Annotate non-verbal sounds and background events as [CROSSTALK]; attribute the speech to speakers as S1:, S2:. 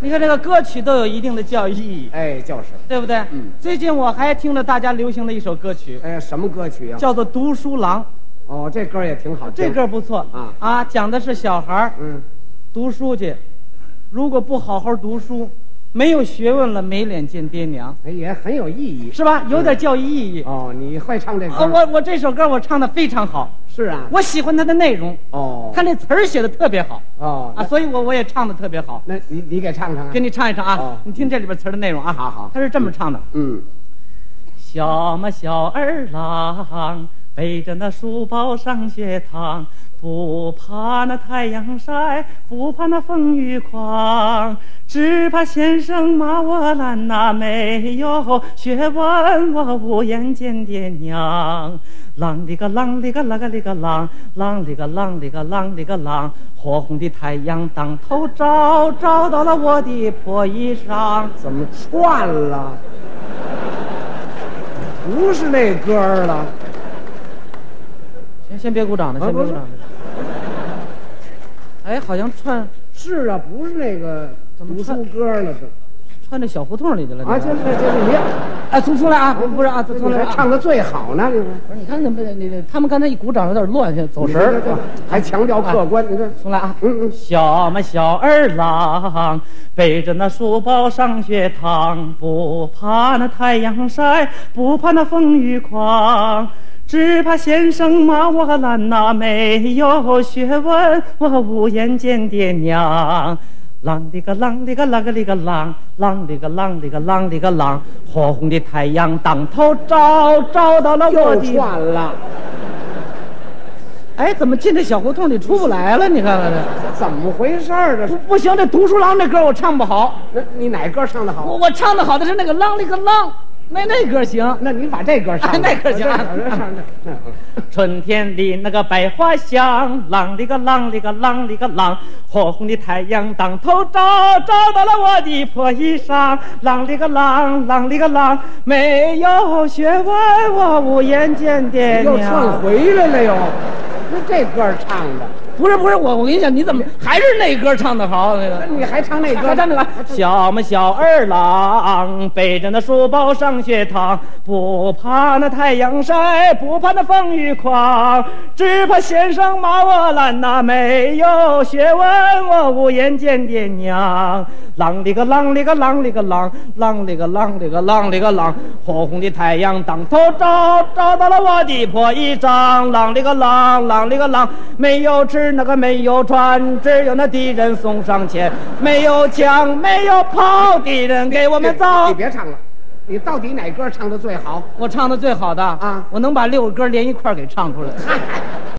S1: 你看这个歌曲都有一定的教育意义，
S2: 哎，就是，
S1: 对不对？
S2: 嗯
S1: 最近我还听着大家流行的一首歌曲，
S2: 哎，什么歌曲啊？
S1: 叫做《读书郎》，
S2: 哦，这歌也挺好听。
S1: 这歌不错
S2: 啊
S1: 讲的是小孩儿
S2: 嗯，
S1: 读书去，如果不好好读书，没有学问了，没脸见爹娘，
S2: 哎，也很有意义。
S1: 是吧？有点教育意义。
S2: 哦，你会唱这歌？
S1: 啊，我我这首歌我唱的非常好，
S2: 是啊。
S1: 我喜欢它的内容，
S2: 哦，
S1: 它那词儿写的特别好
S2: 哦，
S1: 啊，
S2: 那
S1: 所以我我也唱的特别好，
S2: 那你你给唱唱啊
S1: 给。你唱一唱啊
S2: 嗯哦，
S1: 你听这里边词儿的内容啊。
S2: 好好
S1: 它是这么唱的：
S2: 嗯，
S1: 小嘛小儿郎，背着那书包上学堂，不怕那太阳晒，不怕那风雨狂，只怕先生骂我懒呐、没有学问，我无颜见爹娘。啷里个啷里个啷个里个啷，啷里个啷里个啷里个啷，火红的太阳当头照，照到了我的破衣裳。
S2: 怎么串了？不是那歌儿了。
S1: 先先别鼓掌了，
S2: 啊
S1: 先别
S2: 不
S1: 鼓
S2: 是
S1: 掌了。哎，好像串
S2: 是啊，不是那个
S1: 怎么
S2: 读
S1: 串
S2: 书歌儿了，这
S1: 串这小胡同里去了。
S2: 啊，
S1: 这
S2: 就是就是你，
S1: 哎，重出来啊！不不是啊，重出
S2: 你
S1: 来
S2: 还
S1: 啊！
S2: 唱的最好呢，你
S1: 不
S2: 看
S1: 是，你看怎么你你他们刚才一鼓掌有点乱，现在走
S2: 你
S1: 神
S2: 这
S1: 儿。啊
S2: 这还强调客观，你这，
S1: 重来啊！
S2: 嗯嗯，
S1: 小嘛小儿郎，背着那书包上学堂，不怕那太阳晒，不怕那风雨狂，只怕先生骂我懒呐、没有学问，我无颜见爹娘。啷里个啷里个啷个里个啷，啷里个啷里个啷里个啷，火红的太阳当头照，照到了我
S2: 又
S1: 的。
S2: 串了，
S1: 哎，怎么进这小胡同里出不来了？你看看这。
S2: 怎么回事儿？
S1: 不
S2: 这是
S1: 不行，这读书郎这歌我唱不好，
S2: 那你哪歌唱的好
S1: 我？我唱的好的是那个啷里个啷，那那歌行。
S2: 那你把这歌唱
S1: 那歌行啊
S2: 这歌唱这嗯
S1: [LAUGHS] 春天里那个百花香，啷里个啷里个啷里个啷，火红的太阳当头照，照到了我的破衣裳。啷里个啷，啷里个啷，没有学问，我无颜见爹
S2: 又串
S1: 娘。
S2: 回来了又，那这歌唱的，
S1: 不是不是，我我跟你讲，你怎么还是那歌唱的好？那个
S2: 那。你还唱那歌？
S1: 快站起来！小嘛小儿郎，背着那书包上学堂，不怕那太阳晒，不怕那风雨狂，只怕先生骂我懒呐、没有学问，我无颜见爹娘。啷里个啷里个啷里个啷，啷里个啷里个啷里个啷，火红的太阳当头照，照到了我的破衣裳。啷里个啷，啷里个啷，没有吃那个没有穿，只有那敌人送上前。没有枪，没有炮，敌人给我
S2: 你
S1: 们造
S2: 你。别唱了，你到底哪歌唱的最好？
S1: 我唱的最好的
S2: 啊
S1: 我能把六个歌连一块儿给唱出来。
S2: 嗨，